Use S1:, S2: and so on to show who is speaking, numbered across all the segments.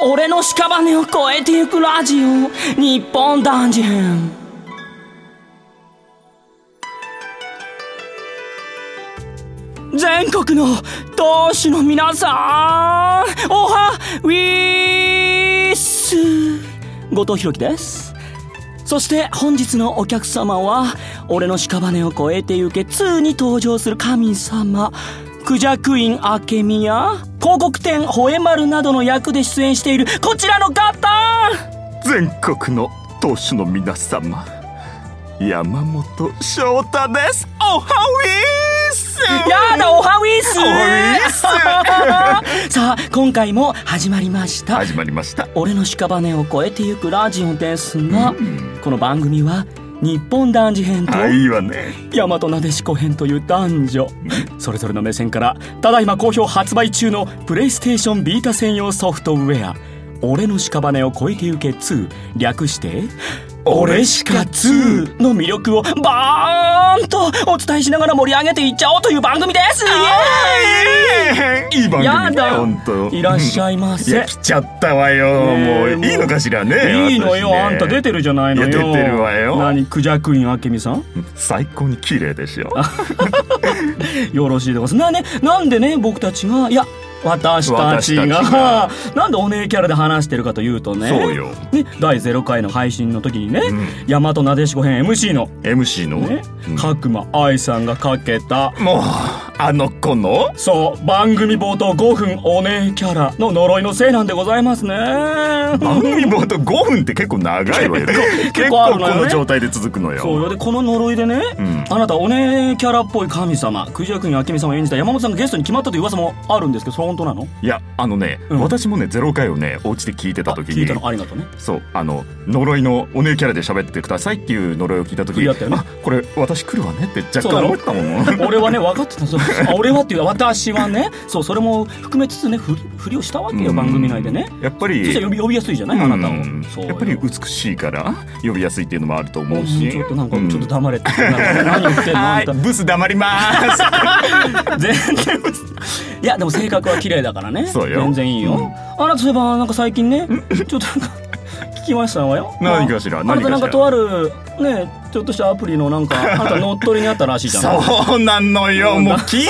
S1: 俺の屍を越えてゆくラジオ日本ダンジョン全国の同志の皆さんおはウィース後藤弘樹ですそして本日のお客様は俺の屍を越えてゆけ2に登場する神様クジャクイン明美や広告店吠え丸などの役で出演しているこちらの方
S2: 全国の投手の皆様山本翔太ですおはウィース
S1: やだおはウィース
S2: おは
S1: さあ今回も始まりました
S2: 始まりました
S1: 俺の屍を越えてゆくラジオですが、
S2: うん
S1: この番組は日本男児編と
S2: あいいわね
S1: 大和なでしこ編という男女それぞれの目線からただいま好評発売中のプレイステーションビータ専用ソフトウェア「俺の屍を越えてゆけ2」略して「俺しか2」の魅力をバーンとお伝えしながら盛り上げていっちゃおうという番組ですイエ
S2: いい番組
S1: やだ
S2: 本当
S1: いらっしゃいま
S2: い
S1: せ
S2: や来ちゃったわよ
S1: ね
S2: も
S1: え
S2: ういいのかしらね
S1: いいのよ、
S2: 私ね
S1: あんた出てるじゃないのよ
S2: いや出てるわよ
S1: 何クジャクイン明美さん
S2: 最高に綺麗でしょ
S1: よろしいでございますなねなんでね僕たちがいや私たちが
S2: 私たちが
S1: なんでお姉キャラで話してるかというとね
S2: そうよ
S1: ね、第0回の配信の時にね、
S2: うん
S1: 大和なでしこ編 MC の、
S2: MC の
S1: ね
S2: うん
S1: 角間愛さんがかけた
S2: もうあの子の
S1: そう番組冒頭5分お姉キャラの呪いのせいなんでございますね
S2: 番組冒頭5分って結構長いわよね
S1: 結
S2: 結
S1: 構ある
S2: 構
S1: のよね
S2: この状態で続くの
S1: そう
S2: よ
S1: よでこの呪いでね、
S2: うん
S1: あなたお姉キャラっぽい神様クジラ君明美様を演じた山本さんがゲストに決まったという噂もあるんですけどそれ本当なの
S2: いやあのね
S1: うん
S2: 私もねゼロ回をねお家で聞いてた
S1: あ
S2: 時
S1: 聞い
S2: に
S1: たのありがとうね
S2: そうあの呪いのお姉キャラで喋ってくださいっていう呪いを聞いた時
S1: 振り合ったよね
S2: あこれ私来るわねって若
S1: そうだ
S2: 干
S1: ろ
S2: 思 ったもん
S1: 俺はね分かってたそうあ俺はっていうか私はねそうそれも含めつつねふりふりをしたわけよ
S2: うん
S1: 番組内でね
S2: やっぱ
S1: そし
S2: り
S1: たら呼び呼びやすいじゃないあなたを
S2: うん
S1: そうよ
S2: やっぱり美しいから呼びやすいっていうのもあると
S1: も
S2: 思
S1: う
S2: うし
S1: ちょっとなんか
S2: うん
S1: ちょっと黙れってなんか何言ってんのあ
S2: は
S1: んた
S2: いブス黙 ります
S1: 全然 いやでも性格は綺麗だからね
S2: そうよ
S1: 全然いいよ、
S2: うん
S1: あなたそういえばなんか最近ねちょっとなんか聞きましたわよ
S2: 何かしら
S1: あな
S2: 何
S1: た
S2: か
S1: なん
S2: し
S1: からとあるねちょっとしたアプリのなんか あなた乗っ取りにあったらしいじゃん
S2: そうなのよもう聞いて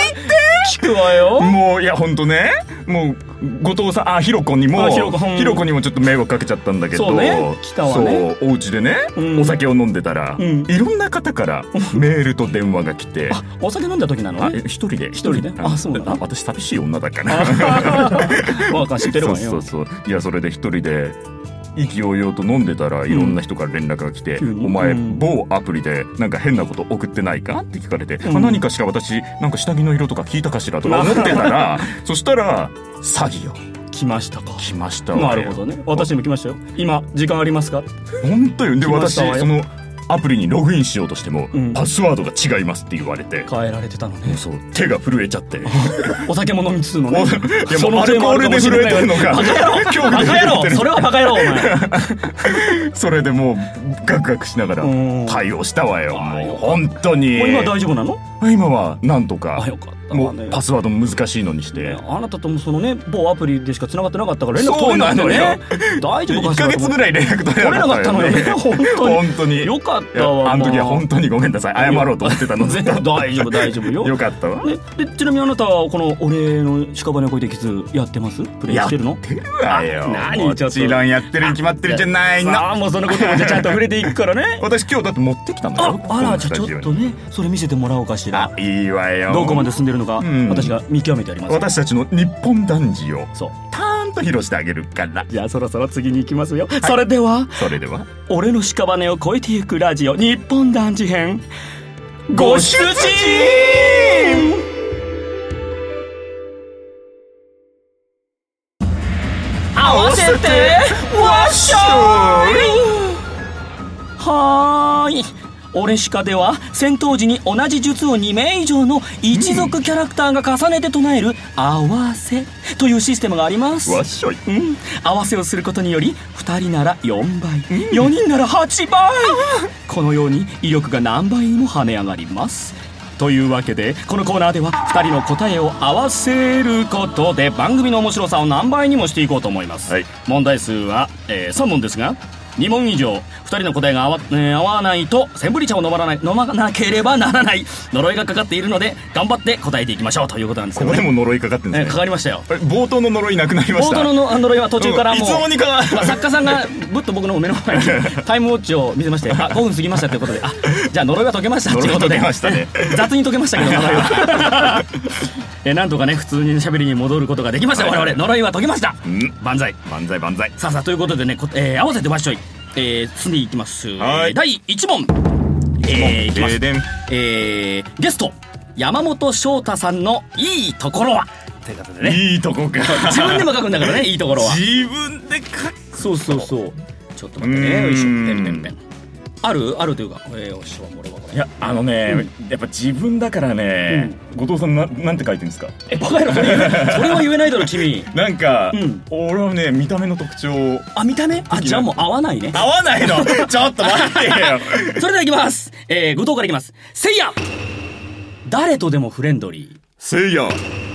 S1: 聞くわよ
S2: もういや本当ねもう後藤さんあひろこにも
S1: あひろこうん
S2: ひろこにもちょっと迷惑かけちゃったんだけど
S1: そうね来たわね
S2: そうお家でね、
S1: うん
S2: お酒を飲んでたら、
S1: うん
S2: いろんな方からメールと電話が来て。
S1: あお酒飲んだ時なの
S2: あ
S1: ね
S2: え一人で一
S1: 人であそうなんだ
S2: 私寂しい女だか ら
S1: わかん知ってる
S2: そう
S1: わよ
S2: そうそういやそれで一人で意気揚々と飲んでたらいろんな人から連絡が来て「
S1: 急に
S2: お前、
S1: うん
S2: 某アプリでなんか変なこと送ってないか?」って聞かれて、
S1: うん
S2: あ何かしら私なんか下着の色とか聞いたかしらとか思ってたらそしたら詐欺よ
S1: 来ましたか
S2: 来ました
S1: な
S2: わよ
S1: るほどね私にも来ましたよ今時間ありますか
S2: 本当よで
S1: 来ま
S2: 私
S1: したわよ
S2: そのアプリにログインしようとしても、
S1: うん
S2: パスワードが違いますって言われて。
S1: 変えられてたの
S2: も
S1: ね
S2: うそう手が震えち ゃって
S1: お酒も飲みつつの
S2: い
S1: ね
S2: やもうアルコールで震えてるのか
S1: バカ野郎
S2: 恐怖
S1: バ
S2: で
S1: カ
S2: 震
S1: 野
S2: えて
S1: 郎
S2: る
S1: それはバカ野郎お前
S2: それでもうガクガクしながら
S1: うん
S2: 対応したわよ
S1: あー
S2: もう本当に
S1: もう今は大丈夫なの
S2: 今はなんとか
S1: あよかった
S2: も
S1: わ
S2: う
S1: ね
S2: パスワードも難しいのにし
S1: ね
S2: て
S1: あなたともそのね某アプリでしか繋がってなかったから連絡取れなくてね大丈夫か
S2: 1
S1: しら
S2: か月ぐらい連絡取れ
S1: 取れ
S2: な
S1: な
S2: か
S1: かっ
S2: ったた
S1: の
S2: よ
S1: よね
S2: ね
S1: 本当に
S2: 本当に
S1: よかったわ
S2: いやあの時は
S1: まあ
S2: 本当にごめんなさい謝ろうと思ってた の
S1: 全然大丈夫大丈夫よ
S2: よかったわ
S1: ね、でちなみにあなたはこの「俺の屍を越えてキズ」やってますプレイしてるの
S2: てるわよ
S1: あ何
S2: も
S1: ちょっと
S2: ちろんやってるに決まってるじゃないの
S1: ああもうそのこともじゃあちゃんと触れていくから ね
S2: 私今日だって持ってきたんだ
S1: あ
S2: よ
S1: あらじゃあち
S2: このスタジ
S1: ょ
S2: オ
S1: っ
S2: に
S1: とねそれ見せてもらおうかしら
S2: あいいわよ
S1: どこまで進んでるのか
S2: うん
S1: 私が見極めてあります
S2: 私たちの日本男児を
S1: そう
S2: たーんと披露してあげるから
S1: じゃあそろそろ次に行きますよ、それでは
S2: それでは
S1: 「俺の屍を越えてゆくラジオ日本男児編」ご出陣合わせてわっしょいはーい俺しかでは戦闘時に同じ術を2名以上の一族キャラクターが重ねて唱える「合わせ」というシステムがあります
S2: わっしょい
S1: うん、合わせをすることにより2人なら4倍、4人なら8倍このように威力が何倍にも跳ね上がりますというわけでこのコーナーでは2人の答えを合わせることで番組の面白さを何倍にもしていこうと思います、
S2: はい
S1: 問題数は、え3問ですが2問以上2人の答えが合わ,、えー合わないとセンブリ茶を飲まらない飲まなければならない呪いがかかっているので頑張って答えていきましょうということなんですけ
S2: こ
S1: どね
S2: こでも呪いかかってん
S1: え
S2: で
S1: ーか
S2: す
S1: か
S2: ね
S1: りましたよ
S2: あれ冒頭の呪いなくなりま
S1: 冒
S2: した
S1: 頭のの呪いは途中からもう、
S2: うんいつもにかな
S1: まあ作家さんがぶっと僕の目の前 にタイムウォッチを見せましてあ5分過ぎましたということであじゃあ呪いは解けましたということで
S2: 呪いは解けましたね
S1: 雑に解けましたけど 呪いはえなんとかね普通に喋りに戻ることができました我々呪いは解けました
S2: ん
S1: 万歳
S2: 万歳万歳
S1: さあさあということでねこ、えー合わせてわっしょい、えー、進んでいきます
S2: はい
S1: 第1問えー、いきます
S2: ででん
S1: えー、ゲスト山本翔太さんのいいところはということでね
S2: いいとこか
S1: 自分でも書くんだからねいいところは
S2: 自分で書く
S1: そうそうそう。ちょっと待ってね。
S2: うーん
S1: よいしょ。ペンペンペン。あるあるというか、えー、よいしょ、これはこれ。
S2: いやあのね、やっぱ自分だからね、後藤さんななんて書いてるんですか
S1: え、バカ 野郎、それ言えないそれは言えないだろ、君。
S2: なんか、
S1: うん
S2: 俺はね見た目の特徴
S1: あ、見た目あ、じゃあもう合わないね。
S2: 合わないの ちょっと待ってよ
S1: それではいきます。えー、後藤からいきます。せいや誰とでもフレンドリ
S2: せいや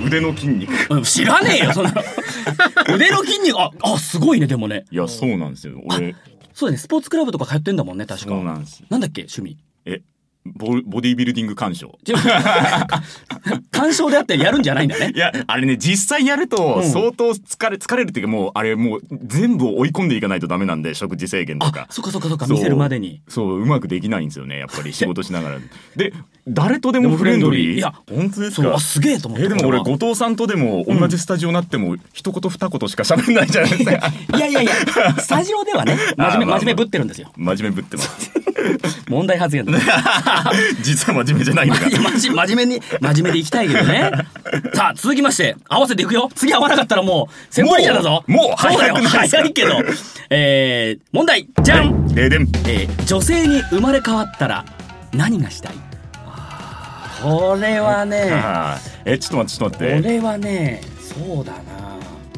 S2: 腕の筋肉
S1: ー。うん知らねえよ、そんな の。腕の筋肉、あ、あ、すごいね、でもね。
S2: いやそうなんですよ俺
S1: そうだね、スポーツクラブとか通ってんだもんね、確か。
S2: そうなんですよ
S1: なんだっけ、趣味。
S2: えボボディービルディング鑑賞
S1: ちょ 鑑賞であってやるんじゃないんだね
S2: い。やあれね実際やると
S1: うん
S2: 相当疲れ、疲れるっていうかもうあれもう全部を追い込んでいかないとダメなんで食事制限と
S1: あ
S2: か、
S1: そっかそっかそっか、
S2: そう
S1: 見せるまでに。
S2: そううまくできないんですよねやっぱり仕事しながらで誰とでもフレンドリー
S1: いや
S2: 本当です
S1: そう、
S2: か
S1: あ、すげえと思っ
S2: え
S1: た。
S2: でも
S1: これ
S2: 俺
S1: は
S2: 後藤さんとでも同じスタジオになっても一言二言しか喋んないじゃないですか
S1: いやいやいや、スタジオではね、
S2: あ
S1: 真
S2: ー
S1: 面目、
S2: まあ
S1: 真面目ぶってるんですよ。
S2: 真面目ぶってます
S1: 問題発言だ。いや、
S2: 実は真面目じゃない のか
S1: 真真面目に、真面目でいきたいけど ね。さあ、続きまして、合わせていくよ。次合わなかったらもう、先輩じゃだぞ。
S2: もうもう
S1: そうだよ。
S2: 早くないですか
S1: 早いけど。えー、問題、じゃん
S2: ででん
S1: えー、女性に生まれ変わったら、何がしたいこれはね、
S2: あーえちょっと待ってちょっと待って
S1: 俺はね、そうだ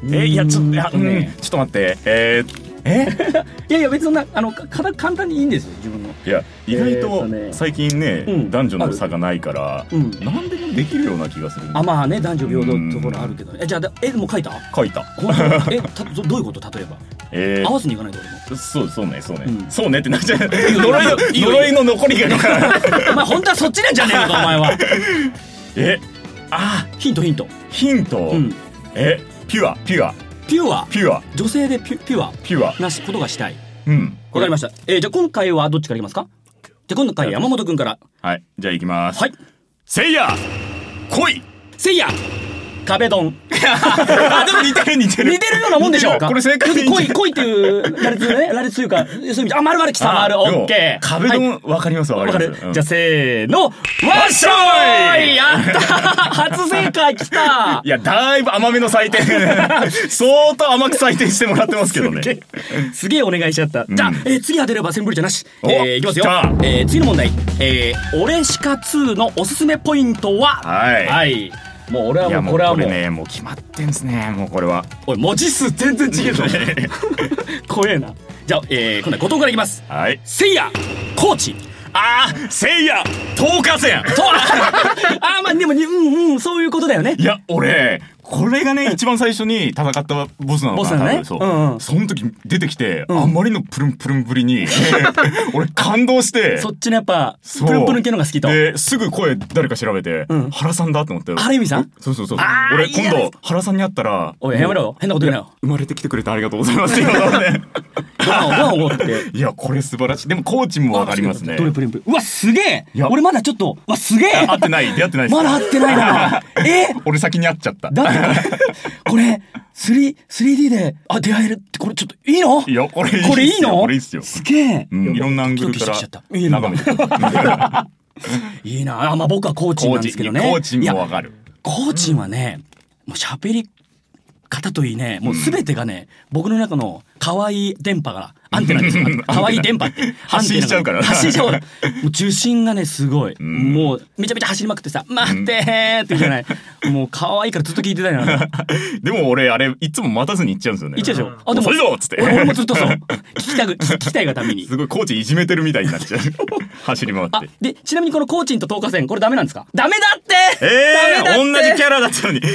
S1: な
S2: えいやちょっといや
S1: う
S2: う
S1: ーん
S2: ん
S1: ね
S2: ちょっと待ってえーえ
S1: いやいや、別にそんな、あの、かか簡単にいいんですよ、自分の。
S2: いや意外
S1: えーとね
S2: と最近ね
S1: うん
S2: 男女の差がないから
S1: うん
S2: 何でもできるような気がする
S1: あまあね男女平等ってところあるけどえじゃあでえもう書いた
S2: 書いた
S1: こう いうのえたどどういうこと例えば
S2: え
S1: 合
S2: ー
S1: わせに行かないと俺も
S2: そうそうねそうね
S1: うん
S2: そうねってなっちゃう
S1: いよ
S2: 呪いの
S1: いいよ
S2: 呪いの残りがだから
S1: お前本当はそっちなんじゃねえの かお前は
S2: えあ
S1: ヒントヒント
S2: ーヒント
S1: うん
S2: えピュアピュア
S1: ピュア
S2: ピュア
S1: 女性でピュピュア
S2: ピュア
S1: なしことがしたい
S2: うん
S1: わかりま
S2: し
S1: したえーじゃあ今回はどっちからいきますかじゃあ今回は山本君から
S2: たはいじゃあ行きます
S1: はい
S2: せいや来い
S1: せいや壁ドン
S2: あでも似 てる似て
S1: 似てるようなもんでしょうか
S2: これ正解
S1: 要す
S2: で
S1: る
S2: い
S1: に
S2: いんじゃ
S1: 恋
S2: な
S1: 恋
S2: い
S1: っていう羅列ね羅列というかそういう意味であ丸々来た丸
S2: あ
S1: オ
S2: でも
S1: ッケー
S2: 壁
S1: はい
S2: ドンわかりますわ
S1: わか
S2: かり
S1: る
S2: ますうん
S1: じゃあせーのわっしょいやった初正解きた
S2: いやだいぶ甘めの採点 相当甘く採点してもらってますけどね
S1: すげえすげえお願いしちゃった、じゃあ、えー次当てればセンブリじゃなし、え
S2: お
S1: ーいきますよ
S2: 来た、
S1: えー次の問題「えー、俺しか2」のおすすめポイントは
S2: はい
S1: いもう俺
S2: いや
S1: はもう
S2: もう
S1: これは
S2: こ
S1: もう
S2: れねもう決まってんすねもうこれは
S1: おい文字数全然違えぞ怖えなじゃあ、えー、今度は後藤からいきます
S2: はい
S1: せいやコーチ
S2: あーせいや東華線
S1: とあーまあでもにうんうんそういうことだよね
S2: いや俺これがね一番最初に戦ったボスなのかな
S1: ボスなのね
S2: 多分そう、
S1: うんうん
S2: その時出てきて、
S1: ん
S2: あまりのプルンプルンぶ りに俺感動して
S1: そっちのやっぱ
S2: そう
S1: プルンプルン系のが好きと
S2: ですぐ声誰か調べて、
S1: うん
S2: 原さんだと思って
S1: 原由美さん
S2: そうそうそう
S1: あー
S2: 俺
S1: いいじゃ
S2: 今
S1: ない
S2: 度原さんに会ったら
S1: おいやめろよ変なこと言うなよ
S2: 生まれてきてくれてありがとうございま す って言われて
S1: ご飯をご飯をおごって
S2: いやこれ素晴らしいでもコーチもわかりますね
S1: どれプリンプリンうわすげ
S2: い
S1: え
S2: や
S1: 俺まだちょっとうわすげ え
S2: 会ってない出会ってないです
S1: まだ会ってない なえ
S2: 俺先に会っちゃった
S1: だってこれこれ 3- 3D であ出会えるってこれちょっといいの
S2: いやこれいいっすよ
S1: これいいの
S2: これいいっすよ
S1: げえ
S2: うん、いろんなアング
S1: ド
S2: ル
S1: キ
S2: か
S1: ドキ
S2: ら
S1: しちゃったいいな
S2: 眺めてた
S1: いいなあまあ僕はコーチン
S2: コ
S1: なん
S2: ー
S1: です
S2: チ
S1: けど
S2: ン
S1: ね
S2: コーチン
S1: いや
S2: もわかる
S1: コーチンはねもう喋り方といいねもう全てがね、僕の中の可愛い電波がアンテナですよ可愛い電波って
S2: 発信しちゃうから
S1: アンテナが発信しちゃうからも う受信がねすごい、もうめちゃめちゃ走りまくってさ「待ってー」って言うじゃない、もう可愛いからずっと聞いてたいな
S2: でも俺あれいつも待たずに行っちゃうんですよね
S1: 一応でしょ
S2: あでもそれぞっつって
S1: 俺俺もずっと そう聞きたく聞きたいがために
S2: すごいコーチいじめてるみたいにな っちゃう走り回っ
S1: あ
S2: て
S1: でちなみにこのコーチンと東下線これダメなんですかダメだって
S2: え
S1: ダメだ
S2: ー、同
S1: って
S2: じキャラだったのにキ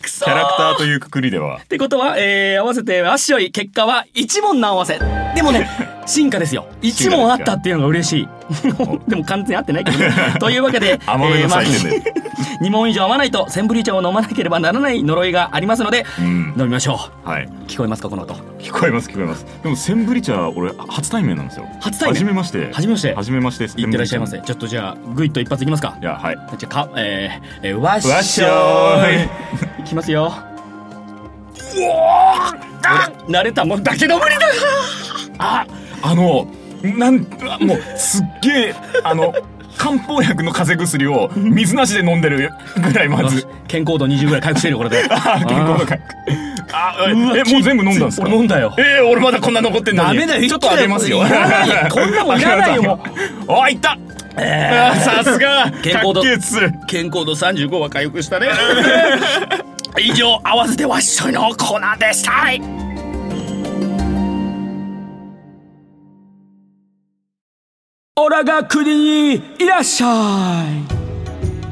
S1: くそー
S2: ャラクターというくくりでは
S1: ってことは、えー合わせて足より結果は一問直せで もね進化ですよ一問あったっていうのが嬉しい でも完全に合ってないけどねというわけで
S2: 甘めの採点で
S1: 2問以上合わないとセンブリ茶を飲まなければならない呪いがありますので、
S2: うん
S1: 飲みましょ
S2: はいう
S1: 聞こえますかこの音
S2: 聞こえます聞こえますでもセンブリ茶俺初対面なんですよ
S1: 初対面
S2: 初めまして
S1: 初めまして
S2: 初めまして
S1: いってらっしゃいませ
S2: セン
S1: ちょっとじゃあグイッと一発いきますか
S2: ブリ茶いやはい
S1: じゃあかえーえーわっ
S2: わっしょーい
S1: いきますようおーあ慣れたもんだけど無理だ
S2: ああのなんあもうすっげえあの 漢方薬の風邪薬を水なしで飲んでるぐらいまず
S1: 健康度20ぐらい回復してるよこれで
S2: あ健康の回復あええもう全部飲んだんですか
S1: 俺飲んだよ
S2: えー、俺まだこんな残ってんの
S1: ダ
S2: に
S1: メだよ
S2: ちょっとあげますよ
S1: いらないこんなもんいらないよもう
S2: あいったあーさすが
S1: 健康度
S2: かっけえっす
S1: 健康度35は回復したね以上合わせてわっしょいのコーナーでしたいオラが国にいらっしゃ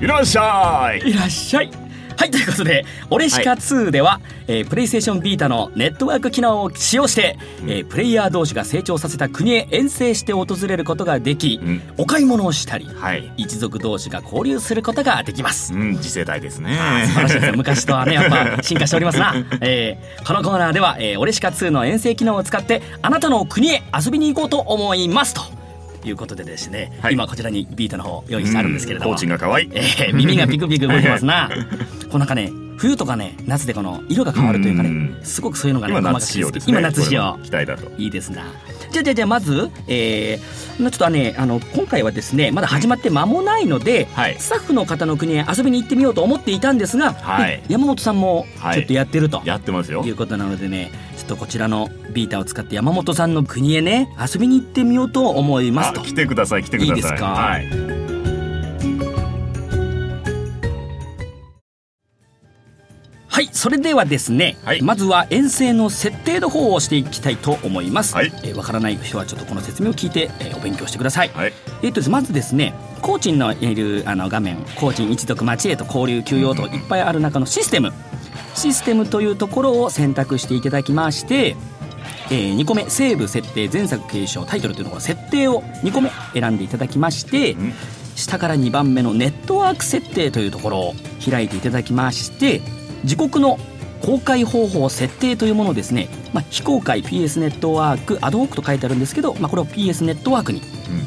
S2: いらっしゃい
S1: いいらっしゃいはいということで「オレシカ2」では、えープレイステーションビータのネットワーク機能を使用して、えープレイヤー同士が成長させた国へ遠征して訪れることができ、
S2: ん
S1: お買い物をしたり、
S2: はい
S1: 一族同士が交流することができます。
S2: うん次世代ですね
S1: 素晴らしい ですね昔とはねやっぱ進化しておりますな、えーこのコーナーでは「えー、オレシカ2」の遠征機能を使ってあなたの国へ遊びに行こうと思いますということでですね、
S2: はい
S1: 今こちらにビートの方用意してあるんですけれど
S2: う
S1: も、
S2: コーチンが可愛い
S1: えー耳がピクピク動いてます なこうなんかね冬とかね夏でこの色が変わるというか
S2: う
S1: ね
S2: ん
S1: すごくそういうのがね
S2: 今
S1: 細か
S2: 夏
S1: くて
S2: 仕
S1: 好き
S2: 様ですね
S1: 今夏仕様
S2: これも期待だと
S1: いいですな。じゃあじゃあじゃあまず、えー、まあちょっとねあの今回はですねまだ始まって間もないので、
S2: はい
S1: スタッフの方の国へ遊びに行ってみようと思っていたんですが、
S2: はい
S1: ね山本さんも
S2: はい
S1: ちょっとやってると。
S2: やってますよ
S1: いうことなのでねちょっとこちらのビーターを使って山本さんの国へね遊びに行ってみようと思います
S2: あ
S1: と
S2: 来てください来てください
S1: いいですか
S2: はい、
S1: はいそれではですね、
S2: はい
S1: まずは遠征の設定の方をしていきたいと思います、
S2: はい
S1: えーわからない人はちょっとこの説明を聞いて、えーお勉強してください、
S2: はい、
S1: えっとですまずですね高知のいるあの画面高知一族町へと交流休養といっぱいある中のシステムシステムというところを選択していただきまして、え2個目セーブ設定前作継承タイトルというのが設定を2個目選んでいただきまして
S2: うん
S1: 下から2番目のネットワーク設定というところを開いていただきまして自国の公開方法設定というものをですね、まあ、非公開 PS ネットワークアドホックと書いてあるんですけど、まあ、これを PS ネットワークに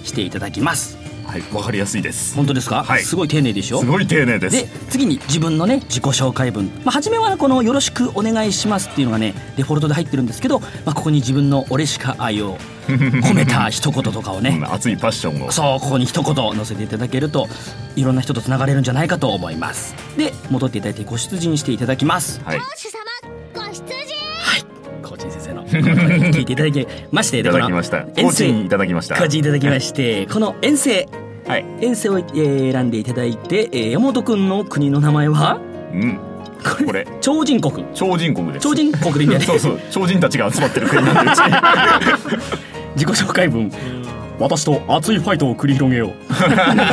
S1: していただきます
S2: はい、わかりやすいです
S1: 本当ですか、
S2: はい
S1: すごい丁寧でしょ
S2: すごい丁寧です
S1: で次に自分のね自己紹介文、まあ、初めはこの「よろしくお願いします」っていうのがねデフォルトで入ってるんですけど、まあ、ここに自分の「俺しか愛」 を込めた一言とかを
S2: う
S1: ね
S2: ん熱いパッションを
S1: そうここに一言載せていただけるといろんな人とつながれるんじゃないかと思いますで戻っていただいてご出陣していただきます
S2: はい
S3: 当主様ご出陣
S1: コーチン先生 の聞いていただきまして
S2: いただきましたコーチンいただきました
S1: コーチンいただきましてこの遠征
S2: はい、
S1: 遠征をえー選んでいただいて、えー山本くんの国の名前は
S2: うん、これ
S1: 超人国
S2: 超人国です
S1: 超人国でいいんだよ
S2: そう
S1: ね
S2: そう超人たちが集まってる国なん でうち
S1: 自己紹介文私と熱いファイトを繰り広げよう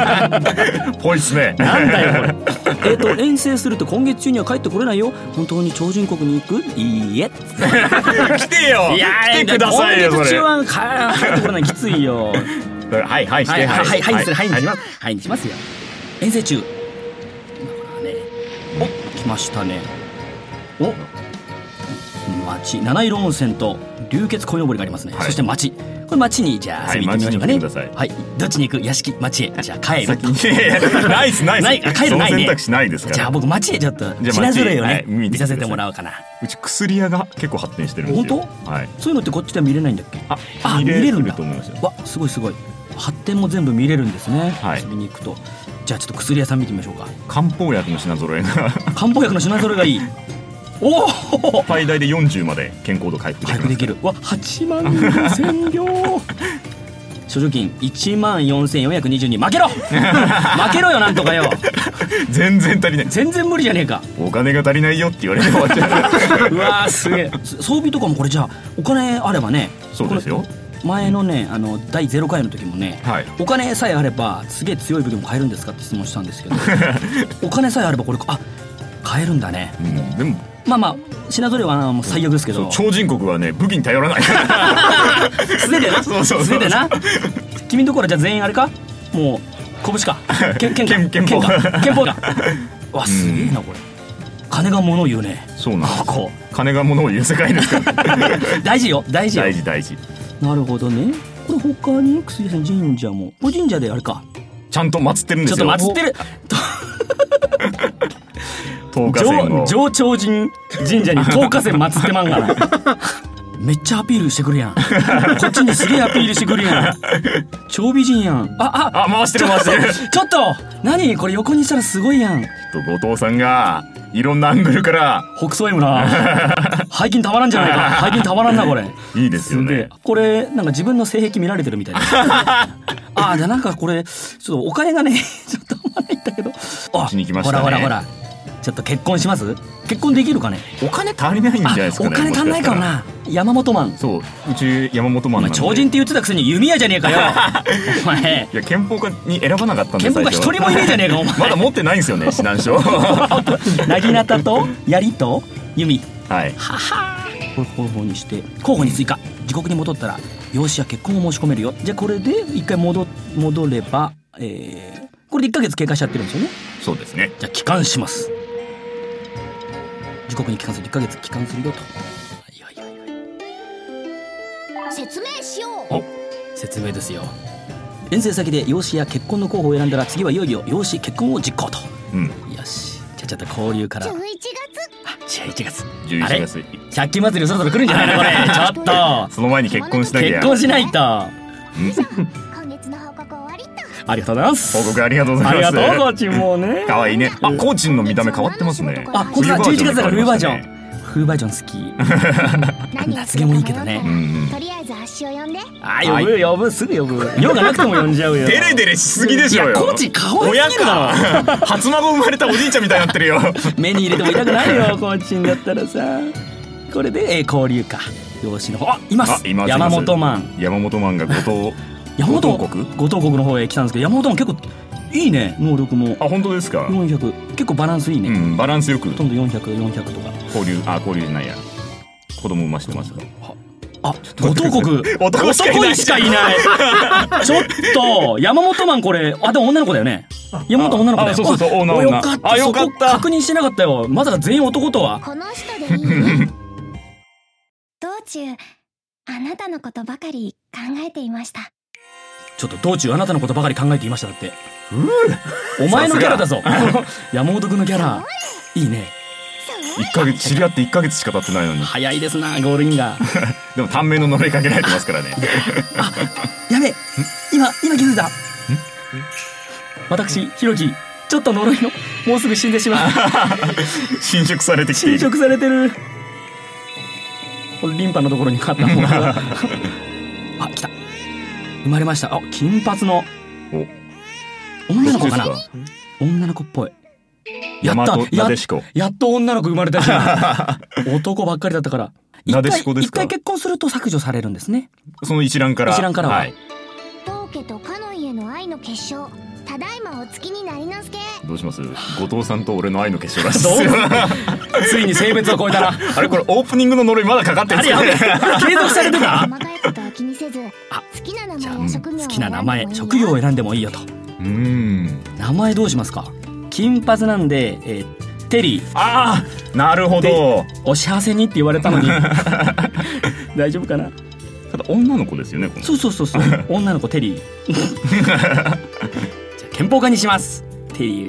S2: ぽいっすね
S1: なんだよこれ えっと遠征すると今月中には帰ってこれないよ本当に超人国に行くいいえ
S2: 来てよ来てくださいよ
S1: 今
S2: そ
S1: 月
S2: れ
S1: 中
S2: は
S1: は帰ってこれないきついよ
S2: いはいして
S1: はいはいはいはいにするはいに
S2: は
S1: し
S2: い
S1: ますはいにしますよ遠征中だからねお来ましたねお町七色温泉と流血鯉のぼりがありますね、
S2: はい
S1: そして町これ町にじゃあ遊びに行ってみましょうかね、
S2: はい
S1: はい、
S2: 町に行ってくだ
S1: どっちに行く屋敷町へじゃあ帰る
S2: 先にいやいやナイスナイス
S1: ないあ帰るないね
S2: その選択肢ないですか
S1: じゃあ
S2: ら
S1: 僕町へちょっと
S2: 町へ
S1: 品揃えをね、
S2: はい見
S1: 見
S2: てきてください
S1: させてもらおうかな
S2: うち薬屋が結構発展してるんですよ
S1: 本当
S2: はい
S1: そういうのってこっちでは見れないんだっけ
S2: あ
S1: あ見
S2: 見
S1: れ
S2: れ
S1: るんだ
S2: ると思いますよ
S1: わすごいすごい発展も全部見れるんですね、
S2: はい
S1: 遊びに行くとじゃあちょっと薬屋さん見てみましょうか
S2: 漢方薬の品揃えが
S1: 漢方薬の品揃えがいいおお
S2: 最大で40まで健康度回復でき
S1: 回
S2: ます
S1: 復できるわ8万2000両 所持金1万4422負け ろ負けろよなんとかよ
S2: 全然足りない
S1: 全然無理じゃねえ か
S2: お金が足りないよって言われて 終わっちゃう
S1: うわーすげえす装備とかもこれじゃあお金あればね
S2: そうですよ
S1: この前のねあの第0回の時もね、
S2: はい
S1: お金さえあればすげえ強い武器も買えるんですかって質問したんです けどお金さえあればこれあ買えるんだね
S2: うんでも
S1: まあまあ品ぞれはあのもう最悪ですけ
S2: そ
S1: ど
S2: う超人国はね武器に頼ら ない
S1: 素手でな
S2: そうそうそう
S1: 素手でな君のところはじゃあ全員あれかもう拳かけん剣か
S2: 剣剣
S1: か
S2: 法
S1: 剣 法だわすげえなこれ金が物を言うね
S2: そうなんです
S1: ここ
S2: 金が物を言う世界ですから
S1: 大事よ大事よ
S2: 大事大事
S1: なるほどねこれ他に薬屋さん神社もこれ神社であれか
S2: ちゃんと祀ってるんで
S1: ちょっ
S2: す
S1: と祀
S2: よ
S1: ってる
S2: 10日線
S1: 上上
S2: を
S1: 長神神社に東火線祀ってまんがな めっちゃアピールしてくるやんこっちにすげえアピールしてくるやん超美人やんああ
S2: あ回してる回してるち
S1: ちょっと何これ横にしたらすごいやん
S2: ょっと後藤さんがいろんなアングルから
S1: 北総 M な背筋たまらんじゃないか 背筋たまらんなこれ
S2: いいですよ
S1: すげえ
S2: ね
S1: これなんか自分の性癖見られてるみ たいなああじゃあなんかこれちょっとお金がね ちょっとあんまないんだけどあ
S2: ちに来ましたね
S1: ほらほらほらちょっと結婚します結婚できるかね
S2: お金足りないんじゃ
S1: あ
S2: ないですか
S1: お
S2: ね
S1: 金足んないからな山本マン
S2: そううち山本マ
S1: お
S2: ン
S1: 前
S2: なんで
S1: 超人って言ってたくせに弓矢じゃねえかよお前
S2: いや憲法家に選ばなかったんで
S1: 憲法が一人もいねえじゃねえかお前
S2: まだ持ってない んですよね指南書は
S1: なぎなたと槍と弓
S2: い
S1: ははこれ候補にして候補に追加自国に戻ったら養子や結婚を申し込めるよじゃあこれで一回戻戻ればえー、これで1ヶ月経過しちゃってるんですよね
S2: そうですね
S1: じゃあ帰還します自国に帰還する1ヶ月帰還するよとはいはいはいはい
S3: 説明しよう
S2: お
S1: 説明ですよ遠征先で養子や結婚の候補を選んだら次はいよいよ養子結婚を実行と
S2: うん
S1: よしじゃあちょっと交流から
S3: 11月
S1: 11月あ
S2: 11
S1: れ
S2: 月
S1: 借金祭りそろそろ来るんじゃないのこれちょっと
S2: その前に結婚しなきゃ
S1: 結婚しないとあ
S3: 今月の報告終わりっと
S1: りがとうございます
S2: 報告ありがとうござ
S1: あ
S2: い
S1: り
S2: ます
S1: がとうコーチもうね
S2: 可愛いねあコーチンの見た目変わってますね
S1: あ本当だ
S2: 冬
S1: 11月だから冬バージョ
S2: に変わりま
S1: ン冬バージョン好き
S3: 何を
S1: 夏毛もいいけどね
S3: す
S2: う
S3: るか
S2: ん
S3: 迷
S2: うん
S3: ったらとりあえず足を呼んで
S1: あ呼ぶ呼ぶすぐ呼 ぶ用がなくても呼んじゃうよ
S2: デレデレしすぎでしょうよ
S1: いやコーチ可愛すぎるだろ
S2: 親か初孫生まれたおじいちゃんみたいになってるよ
S1: 目に入れても痛くないよコーチンだったらさこれで、えー交流か養子の方あいます
S2: あ今
S1: 山本マン
S2: 山本マンが後藤
S1: 山本
S2: 後藤国
S1: 後藤国の方へ来たんですけど山本マン結構いいね能力も
S2: あ本当ですか
S1: 400結構バランスいいうね、ほ
S2: んバランスよく
S1: とんど400400とか
S2: 交流あ交流じゃないや子供産ましてますか
S1: あ後藤国
S2: 男しかいない
S1: 男しかいないちょっと山本マンこれあでも女の子だよね山本女の子だよ
S2: あそうそうそう
S1: あ
S2: 女女
S1: よかった
S2: あよかった
S1: そこ確認してなかったよまさか全員男とは
S3: この人でいいよ道中あなたのことばかり考えていました
S1: ちょっと道中あなたのことばかり考えていましただってお前のキャラだぞ山本君のキャラいいね
S3: そう
S2: 一ヶ月知り合って一ヶ月しか経ってないのに
S1: 早いですなゴールインが
S2: でも短命の呪いかけられてますか らね
S1: やべえ今今気づいた私ひろきちょっと呪いのもうすぐ死んでしまう
S2: 侵食されてきて
S1: 侵
S2: いる
S1: 食されてるこれリンパのところに勝ったもの があ来た生まれましたあ金髪の
S2: お
S1: 女の子か
S2: ど
S1: な
S2: っちです
S1: 女の子っぽいや
S2: 大
S1: った
S2: 和
S1: や
S2: なでしこ
S1: やっと女の子生まれたし 男ばっかりだったから一
S2: な
S1: 回
S2: でしこです
S1: 一
S2: か
S1: 回結婚すると削除されるんです ね
S2: その一覧から
S1: 一覧からは
S3: 道家とカノンへの愛の結晶ただいまお月になりなすけ
S2: どうします後藤さんと俺の愛の結晶らしいですよ
S1: どうついに性別を超えたな
S2: あれこれオープニングの呪いまだかかってる
S1: あ
S2: んで
S1: れ
S2: す
S1: や
S2: か
S1: べえ
S2: ね
S1: 継続されてた
S3: 細かいことは気にせず
S1: あ
S3: 好きな名
S1: じゃあ
S3: 前
S1: う
S3: や
S1: ん
S3: 職業を
S1: 好きな名前職業
S3: 選んでもいいよ
S1: を選んでもいいよと
S2: うーん
S1: 名前どうしますか金髪なんで、えーテリー
S2: ああなるほど
S1: お幸せにって言われたの に大丈夫かな
S2: ただ女の子ですよねこの
S1: そうそうそうそう女の子テリー じゃあ憲法家にしますテリー
S2: い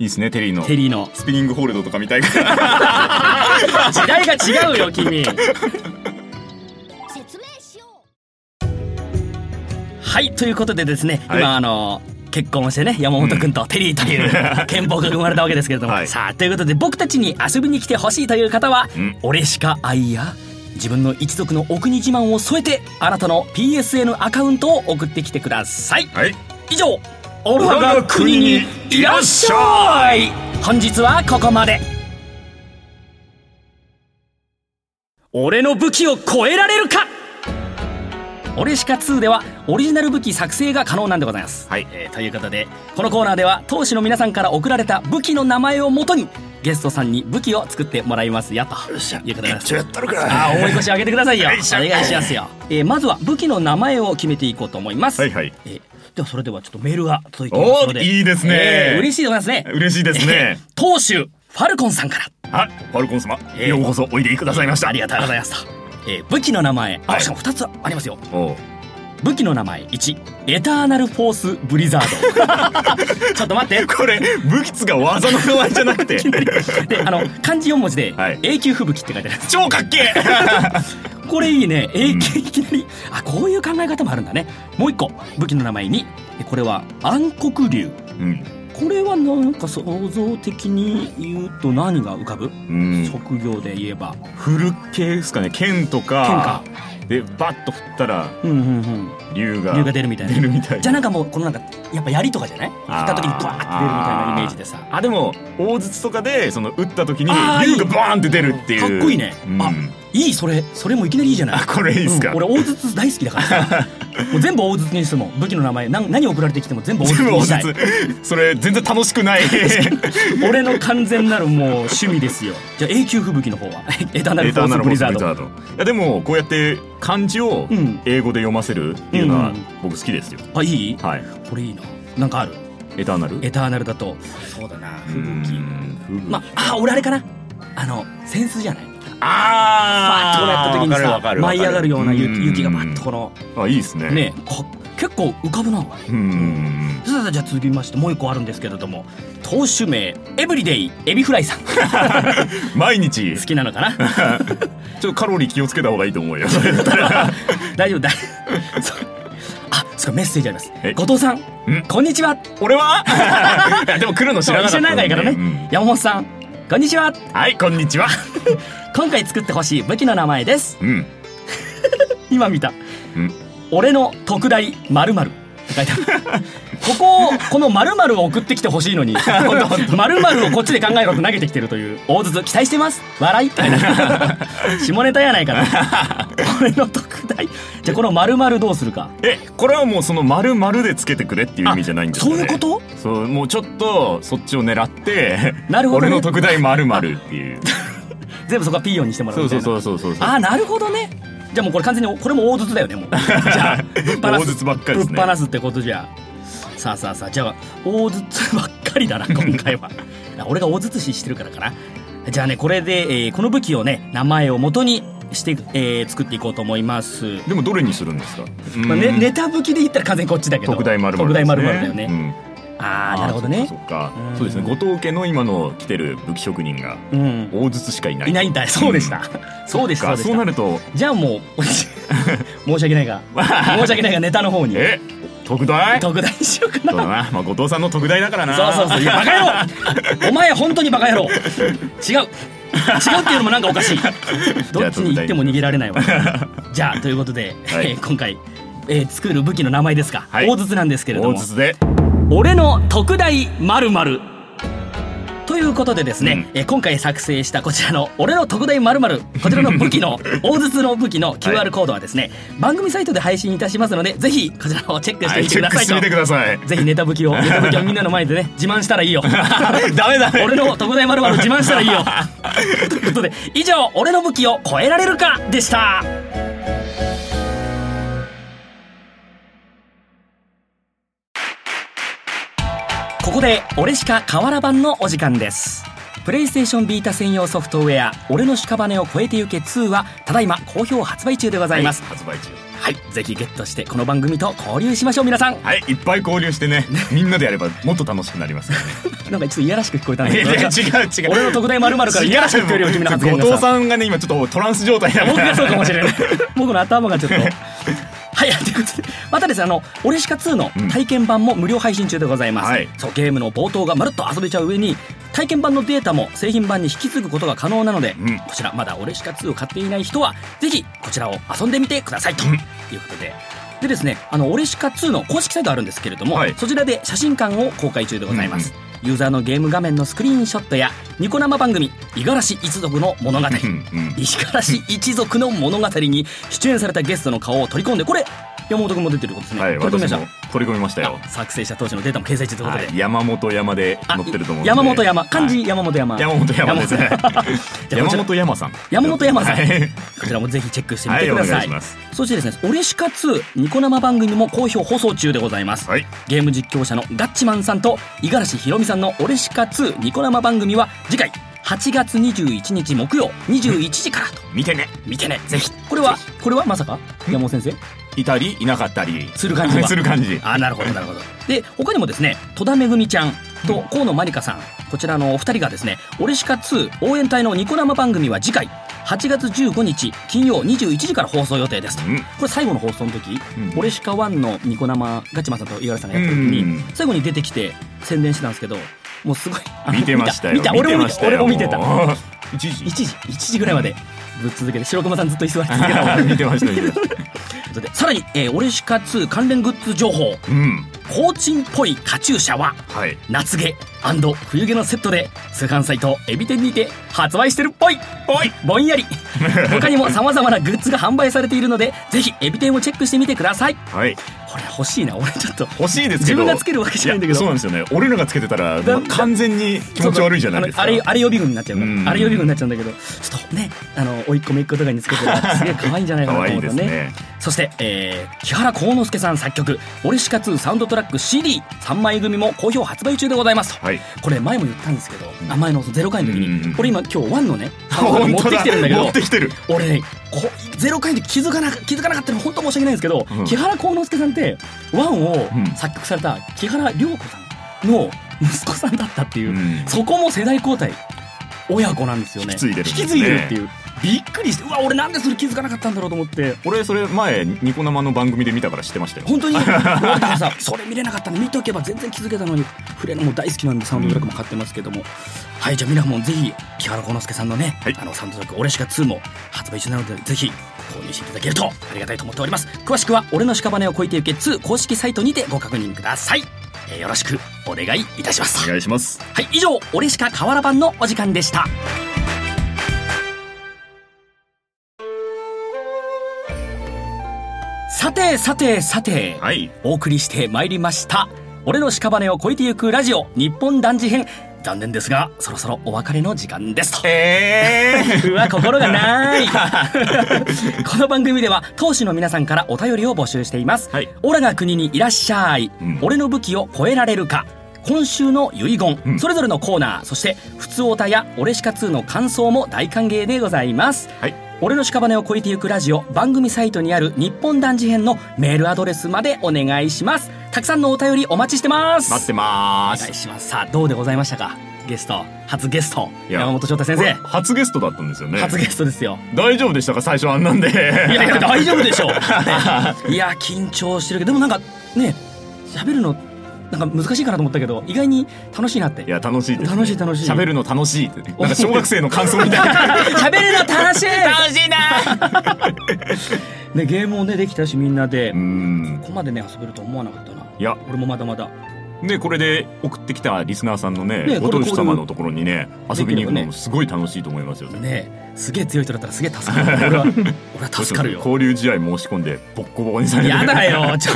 S2: いですねテリーの
S1: テリーの
S2: スピニングホールドとか見たいから
S1: 時代が違うよ君
S3: 説明しよう
S1: ははいということでですね、
S2: はい
S1: 今あの結婚してね山本君とテリーという 憲法が生まれたわけですけれども、
S2: はい
S1: さあということで僕たちに遊びに来てほしいという方は、
S2: うん
S1: 俺しか愛や自分の一族のお国自慢を添えてあなたの PSN アカウントを送ってきてください
S2: はい
S1: 以上オルファが国にいらっしゃい本日はここまで俺の武器を超えられるか俺しか2ではオリジナル武器作成が可能なんでございます、
S2: はい
S1: えーということでこのコーナーでは当主の皆さんから送られた武器の名前をもとにゲストさんに武器を作ってもらいますよということです
S2: やったるか
S1: あー重い腰上げてくださいよお願
S2: よ
S1: い
S2: い
S1: し
S2: しょ
S1: ますよ、えーまずは武器の名前を決めていこうと思います
S2: はいはい
S1: えーではそれではちょっとメールが届いていますので
S2: おーいいですね
S1: えー嬉しいでございますね
S2: 嬉しいで すね
S1: 当主ファルコンさんから
S2: はいファルコン様、
S1: えー
S2: ようこそおいでくださいました
S1: ありがとうございますと、えー武器の名前、
S2: はい
S1: しかも2つありますよ
S2: おう
S1: 武器の名前1エターナルフォースブリザー ドちょっと待って
S2: これ武器つが技の名前じゃなくて
S1: であの漢字4文字で
S2: はい
S1: 永久吹雪って書いてある
S2: 超かっけ
S1: これいいね永
S2: うん
S1: 久いきなり、あこういう考え方もあるんだねもう一個武器の名前にでこれは暗黒竜
S2: え、うん
S1: これはなんか想像的に言うと何が浮かぶ、
S2: うん、
S1: 職業で言えば
S2: 振る系ですかね剣とかでバッと振ったら
S1: うんうんうん
S2: 竜が
S1: 竜が出るみたいな
S2: 出るみたいな
S1: じゃあなんかもうこのなんかやっぱ槍とかじゃない振
S2: あー
S1: った時にブワーって出るみたいなイメージでさ
S2: あでも大筒とかでその打った時に
S1: あー
S2: 竜がバーンって出るっていう
S1: かっこいいね
S2: うん
S1: あいいそれそれもいきなりいいじゃない
S2: あこれいいっすか、
S1: うん俺大筒大好きだから さもう全部大筒にするもん武器の名前なん何送られてきても全部大筒
S2: 全部
S1: に
S2: 大
S1: したい
S2: 筒それ全然楽しくない
S1: 俺の完全なるもう趣味ですよじゃあ永久吹雪の方はエターナル
S2: エ
S1: フ
S2: タ
S1: ォ
S2: ー
S1: ー
S2: ナ
S1: スブ
S2: ルフォー
S1: リ
S2: ス
S1: ザ
S2: ブ
S1: ー
S2: リ
S1: ド
S2: ザードいやでもこうやって漢字を
S1: うん
S2: 英語で読ませるっていうの
S1: う
S2: は
S1: ん
S2: 僕好きですよ、
S1: あいい
S2: はい
S1: これいいななんかある
S2: エターナル
S1: エターナルだとそうだな吹雪ま
S2: ま
S1: ああ俺あれかなあの扇子じゃないバーッとこうやっ
S2: あ
S1: た
S2: ー
S1: 時に
S2: わか
S1: さ
S2: るわか
S1: 舞
S2: る
S1: い上がるような雪
S2: ん
S1: 雪がバッとこの
S2: あいいですね
S1: ねか結構浮かぶな
S2: うん
S1: さあじゃあ続きましてもう一個あるんですけれども投手名エブリデイエビフライさん好
S2: 毎日
S1: きなのかな
S2: ちょっとカロリー気をつけた方がいいと思うよ
S1: 大丈夫だ そうあそうメッセージあります
S2: はい
S1: 後藤さん
S2: ん
S1: こんにちは
S2: 俺 はいやでも来るの知
S1: そう
S2: らな
S1: 一
S2: か
S1: 緒
S2: っ
S1: に
S2: た
S1: 長いからね、山本さんこんにちは
S2: うんはいこんにちは
S1: 今回作ってほしい武器の名前です
S2: うん
S1: 今見た
S2: うん
S1: 俺の特大〇〇って書いてあるここをこの〇〇を送ってきてほしいの に〇〇をこっちで考えろと投げてきてるという大筒期待してます笑い って書いてある下ネタやないかな俺の特大じゃあこの〇〇どうするか
S2: えこれはもうその丸々でつけてくれっていう意味じゃないんです
S1: そ
S2: よ
S1: う
S2: ね
S1: いうこと
S2: とそうもうちょっとそっちを狙って
S1: なるほどね
S2: 俺の特大丸々っていう
S1: 全部 そこはピーヨンにしてもらう
S2: そ
S1: み
S2: う
S1: たい
S2: そう
S1: な
S2: そうそうそう
S1: ああなるほどねじゃあもうこれ完全にこれも大筒だよね もうじゃあぶっ放
S2: 大
S1: す
S2: 筒ばっかりです
S1: ぶ
S2: ね
S1: っ放すってことじゃさあさあさあじゃあ大筒ばっかりだ な今回はあ俺が大筒視してるからかなじゃあねこれで、えーこの武器をね名前を元にして、えー作っていこうと思います、
S2: でもどれにするんですか、
S1: まあね、
S2: うん
S1: ネタ武器で言ったら完全にこっちだけど
S2: 特大丸々
S1: 特
S2: ですね
S1: 大丸々だよね、
S2: うん
S1: ああなるほどね
S2: そっかそっ
S1: う
S2: か
S1: ん
S2: そうですね後藤家の今の来てる武器職人が
S1: うん
S2: 大筒しかいない
S1: いないんだそうでした、そうでしたそう
S2: か
S1: でし
S2: そう
S1: た
S2: なると
S1: じゃあも う申し訳ないが申し訳ないがネタの方に
S2: え特大
S1: 特大にしようか
S2: そう
S1: な
S2: だな、まあ、後藤さんの特大だからな
S1: そうそうそういやバカ野郎 お前本当にバカ野郎違う違うっていうのもなんかおかし いどっちに行っても逃げられないわじゃあということで、
S2: はい
S1: えー今回、えー作る武器の名前ですか、
S2: はい
S1: 大筒なんですけれど
S2: 大
S1: も
S2: 筒で
S1: 俺の特大まるまるということでですね、
S2: う
S1: えー今回作成したこちらの「俺の特大まるまるこちらの武器 の大筒の武器の QR コードはですね、番組サイトで配信いたしますのでぜひこちらをチェックして
S2: は
S1: み
S2: い
S1: て
S2: チ
S1: く
S2: ェッ
S1: だ
S2: ク
S1: さい
S2: し
S1: と
S2: てみてください
S1: ぜひネタ武 器を、ネタ武器をみんなの前でね、自慢したらいいよ。
S2: ダメダメ
S1: 俺の特大丸 々自慢したらいいよ。ということで、以上、俺の武器を超えられるかでした。ここで、俺しか河原版のお時間です。プレイステーションビータ専用ソフトウェア、俺の屍を超えてゆけ2は、ただいま好評発売中でございます。
S2: 発売中
S1: はい、ぜひゲットして、この番組と交流しましょう、皆さん。
S2: はいいっぱい交流してねみんなでやればもっと楽しくなりますか
S1: なんかちょっといやらしく聞こえたん
S2: ら
S1: だ
S2: ね
S1: け
S2: い
S1: ど
S2: やいや
S1: なんか
S2: 違う違う
S1: 俺の特大まるからいやらしく聞こえるよ君の発言が
S2: 後藤
S1: さ
S2: さんがね今ちょっとトランス状態だか
S1: 僕が
S2: ら
S1: そうかもしれない僕の頭がちょっとははい、ということで、またですね、あの、オレシカ2の体験版も無料配信中でございます。
S2: うんはい
S1: そう、ゲームの冒頭がまるっと遊べちゃう上に、体験版のデータも製品版に引き継ぐことが可能なので、
S2: うん
S1: こちらまだオレシカ2を買っていない人は、ぜひこちらを遊んでみてくださいと
S2: うん
S1: いうことで。でですね、あの、オレシカ2の公式サイトあるんですけれども、
S2: はい
S1: そちらで写真館を公開中でございます。ユーザーのゲーム画面のスクリーンショットや、ニコ生番組、五十嵐一族の物語、
S2: うんうん
S1: 石原氏一族の物語に出演されたゲストの顔を取り込んでこれ山本君も出てることですね、
S2: はい、
S1: 取り込みま
S2: 私
S1: した
S2: も取り込みましたよ。
S1: あ作成した当時のデータも掲載中ということで、
S2: はい山本山で
S1: あ
S2: 乗ってると思うんで。
S1: 山本山漢
S2: は
S1: 字
S2: い
S1: 山本山、
S2: 山本山ですね。
S1: じゃあこ
S2: 山
S1: ちら
S2: 本山さん。
S1: 山本山さん
S2: はい
S1: こちらもぜひチェックしてみ
S2: は
S1: て
S2: い、
S1: く
S2: お
S1: ださ
S2: 願い
S1: い,、
S2: します。
S1: そしてですね「オレシカ2」ニコ生番組も好評放送中でございます、
S2: はい、
S1: ゲーム実況者のガッチマンさんと五十嵐ひろみさんの「オレシカ2」ニコ生番組は次回8月21日木曜21時からと
S2: 見てね。
S1: 見てねぜひこれはこれはまさか山本先生
S2: いたりいなかったり
S1: する感じは
S2: する感じ。
S1: あなるほどなるほどで他にもですね戸田めぐみちゃんと河野まりかさんこちらのお二人がですね「オレシカ2」応援隊のニコ生番組は次回8月15日金曜21時から放送予定ですと
S2: うん
S1: これ最後の放送の時、
S2: うん
S1: オレシカ1のニコ生ガチマさんと岩井さんがやってる時に、
S2: うん
S1: 最後に出てきて宣伝してたんですけどもうすごいあの
S2: 見てましたよ。
S1: 見た見た俺も
S2: ま
S1: 見
S2: したよ
S1: 俺も見てた。
S2: もう一時
S1: 1。時1時ぐらいまでぶっ続けて白熊さんずっと居座り続けた
S2: 見てま した見てまし
S1: ということでさらに、えーオレシカ2関連グッズ情報
S2: た。うん。
S1: 高チンっぽいカチューシャは
S2: はい。
S1: 夏毛冬毛のセットで通販サイトエビ天にて発売してるっぽい
S2: おい。
S1: ぼんやり 他にも様々なグッズが販売されているのでぜひエビ天をチェックしてみてください
S2: はい。
S1: これ欲しいな俺ちょっと
S2: 欲しいですけ
S1: 自
S2: ど。
S1: 分がつけるわけじゃないんだけど
S2: そうなんですよね。俺らがつけてたら
S1: だ
S2: まあ完全に気持ち悪いじゃないですか。
S1: あのあれあれ予備軍になっちゃうから
S2: うん
S1: あれ予備軍になっちゃうんだけどちょっとねあの甥いっ子姪っ子とかにつけて たらすげえ可愛いんじゃないか
S2: 可
S1: なと
S2: 愛
S1: 思
S2: いうで
S1: とね
S2: すね。
S1: そして、えー、木原幸之助さん作曲「オレシカ2サウンドトラック CD3 枚組」も好評発売中でございますと
S2: はい。
S1: これ前も言ったんですけど、名前のゼロ回の時
S2: うんうんう
S1: に、
S2: ん
S1: これ今今日ワンのね、持ってきてるんだけ
S2: 持
S1: ど
S2: っ、てきてる。
S1: 俺ね、こゼロ回で気づかな気づかなかったの本当申し訳ないんですけど
S2: うん、
S1: 木原幸之助さんってワンを
S2: うん
S1: 作曲された木原涼子さんの息子さんだったっていう、そこも世代交代親子なんですよね。
S2: 引き継いでるんですね
S1: 引き継いでるっていう。びっくりして、うわ、俺なんでそれ気づかなかったんだろうと思って。
S2: 俺それ前ニコ生の番組で見たから知ってましたよ。
S1: 本当 にだからさそれ見れなかったの見とけば全然気づけたのにフレのも大好きなんでサウンドトラックも買ってますけども、はいじゃあ皆さんもぜひ木原幸之助さんのね、
S2: はい
S1: あのサウンドトラック「俺しか2」も発売中なのでぜひ購入していただけるとありがたいと思っております詳しくは「俺の屍を越えてゆけ2」公式サイトにてご確認ください、えーよろしくお願いいたします
S2: お願いします。
S1: はい以上「俺しか河原版」のお時間でしたさてさてさて、
S2: はい。
S1: お送りしてまいりました「俺の屍を越えてゆくラジオ日本男児編」残念ですがそろそろお別れの時間ですと。
S2: ええ。
S1: うわ心がないこの番組では当主の皆さんからお便りを募集しています、
S2: はい
S1: オラが国にいらっしゃい、
S2: うん
S1: 俺の武器を超えられるか今週の遺言、
S2: うん
S1: それぞれのコーナーそして普通オタや俺しか2の感想も大歓迎でございます
S2: はい。
S1: 俺の屍を越えてゆくラジオ番組サイトにある日本男児編のメールアドレスまでお願いしますたくさんのお便りお待ちしてます
S2: 待ってま
S1: お
S2: ー
S1: 願い
S2: す。
S1: しますさあどうでございましたかゲスト初ゲスト
S2: いや
S1: 山本翔太先
S2: これ
S1: 生
S2: 初ゲストだったんですよね。
S1: 初ゲストですよ
S2: 大丈夫でしたか最初あんなんで。い、
S1: いやい や大丈夫でしょう。ね いや、緊張してるけど、でもなんか、ね、喋るの、なんか難しいかなと思ったけど、意外に楽しいなって。
S2: 楽しいですね。
S1: 楽しい楽しい
S2: 喋るの楽しいって。なんか小学生の感想みたいな。
S1: 喋るの楽しい楽しいな ね、ゲームもね、できたし、みんなで、
S2: うーん。
S1: ここまでね、遊べると思わなかったな。
S2: いや、
S1: 俺もまだまだ。
S2: ね、これで送ってきたリスナーさんのね、
S1: ね
S2: ご
S1: これ
S2: 当主様のところにね、遊びに行くのも
S1: で
S2: すごい楽しいと思いますよね。
S1: ねすげえ強い人だったらすげえ助かる。俺は、俺は助かるよ。
S2: 交流試合申し込んで、ボッコボコにされる。
S1: やだ よ、ちょっ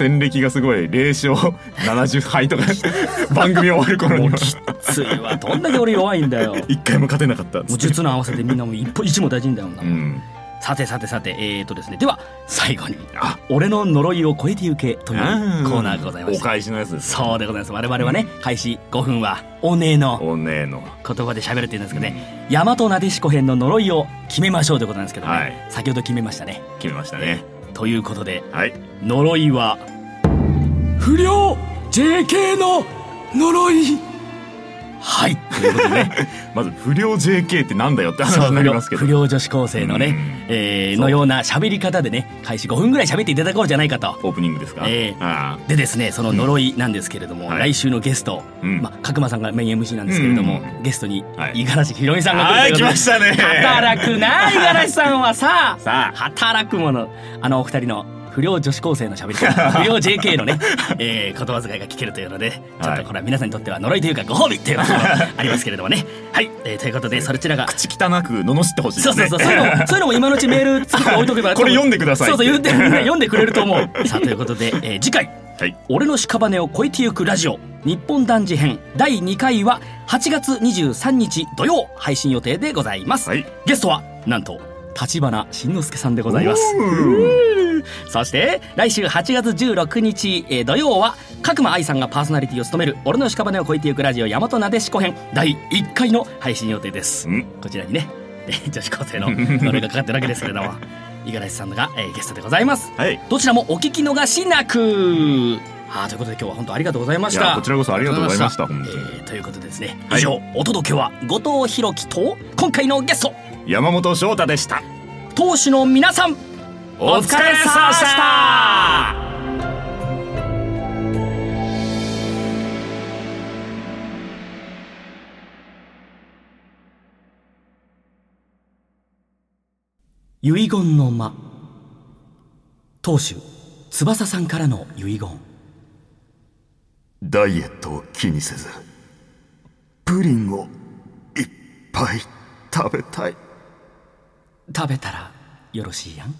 S2: 戦歴がすごい0勝70敗とか 番組終わる
S1: と。
S2: 頃
S1: も
S2: に
S1: う
S2: は
S1: きついわ。どんだけ俺弱いんだよ。
S2: 一回も勝てなかったっ
S1: も
S2: つ
S1: う
S2: って
S1: 術の合わせてみんなもう一歩一も大事にだよな。
S2: うん
S1: さてさてさて、えーとですね、では最後に
S2: あ
S1: 「俺の呪いを超えてゆけ」というコーナーでございまし
S2: お
S1: た
S2: 返しのやつです
S1: そうでございます我々はね開始5分は「おねえ」の
S2: おねえの
S1: 言葉で喋るっていうんですけどね「大和なでしこ編の呪いを決めましょう」でございますけどね、
S2: はい
S1: 先ほど決めましたね
S2: 決めましたね
S1: ということで
S2: はい
S1: 呪いは不良 JK の呪いはいということでね
S2: まず不良 JK ってなんだよって話になりますけど
S1: 不良女子高生の
S2: うん
S1: ね、えーのような喋り方でね開始5分ぐらい喋っていただこうじゃないかと
S2: オープニングですか、
S1: ええ
S2: あ
S1: でですねその呪いなんですけれども、
S2: うんはい
S1: 来週のゲスト、
S2: うん
S1: まあ、角間さんがメイン MC なんですけれども、
S2: うん
S1: ゲストに
S2: はい
S1: 五十嵐ひろみさんが
S2: は
S1: 来る
S2: い
S1: というこ
S2: 来
S1: とで
S2: ましたね
S1: 働くな五十嵐さんはさ
S2: さあ
S1: 働くものあのお二人の不良女子高生の喋り 方不良 JK のね、えー、言葉遣いが聞けるというのでちょっとこれは皆さんにとっては呪いというかご褒美っていうのがありますけれども ねはい、えーということでそちらが
S2: 口汚く罵ってほしい
S1: そ
S2: で
S1: う
S2: す
S1: そ
S2: ね
S1: うそう、そういう のも、そういうのも今のうちメール作って置いとけば。
S2: これ読んでください
S1: そうそう、言って、みんな読んでくれると思う。さあ、ということで、えー次回。
S2: はい
S1: 俺の屍を越えてゆくラジオ日本男児編第2回は8月23日土曜配信予定でございます、
S2: はい
S1: ゲストはなんと立花慎之介さんでございます
S2: お
S1: そして来週8月16日、えー土曜は角間愛さんがパーソナリティを務める「俺の屍を越えてゆくラジオ大和なでしこ編」第1回の配信予定です
S2: うん
S1: こちらにね えー女子高生の呪いがかかってるわけですけれども五十嵐さんが、えーゲストでございます
S2: はい
S1: どちらもお聞き逃しなくあーということで今日は本当ありがとうございまし
S2: いや
S1: た
S2: こちらこそありがとうございました
S1: ありがとうござい
S2: 本
S1: ま
S2: 当に
S1: えーということでですね、
S2: はい
S1: 以上お届けは後藤弘樹と今回のゲスト
S2: 山本翔太でした
S1: 投手の皆さん
S2: お疲れ様でした
S1: 遺言の間当主翼さんからの遺言
S4: ダイエットを気にせず、プリンをいっぱい食べたい。
S1: 食べたらよろしいやん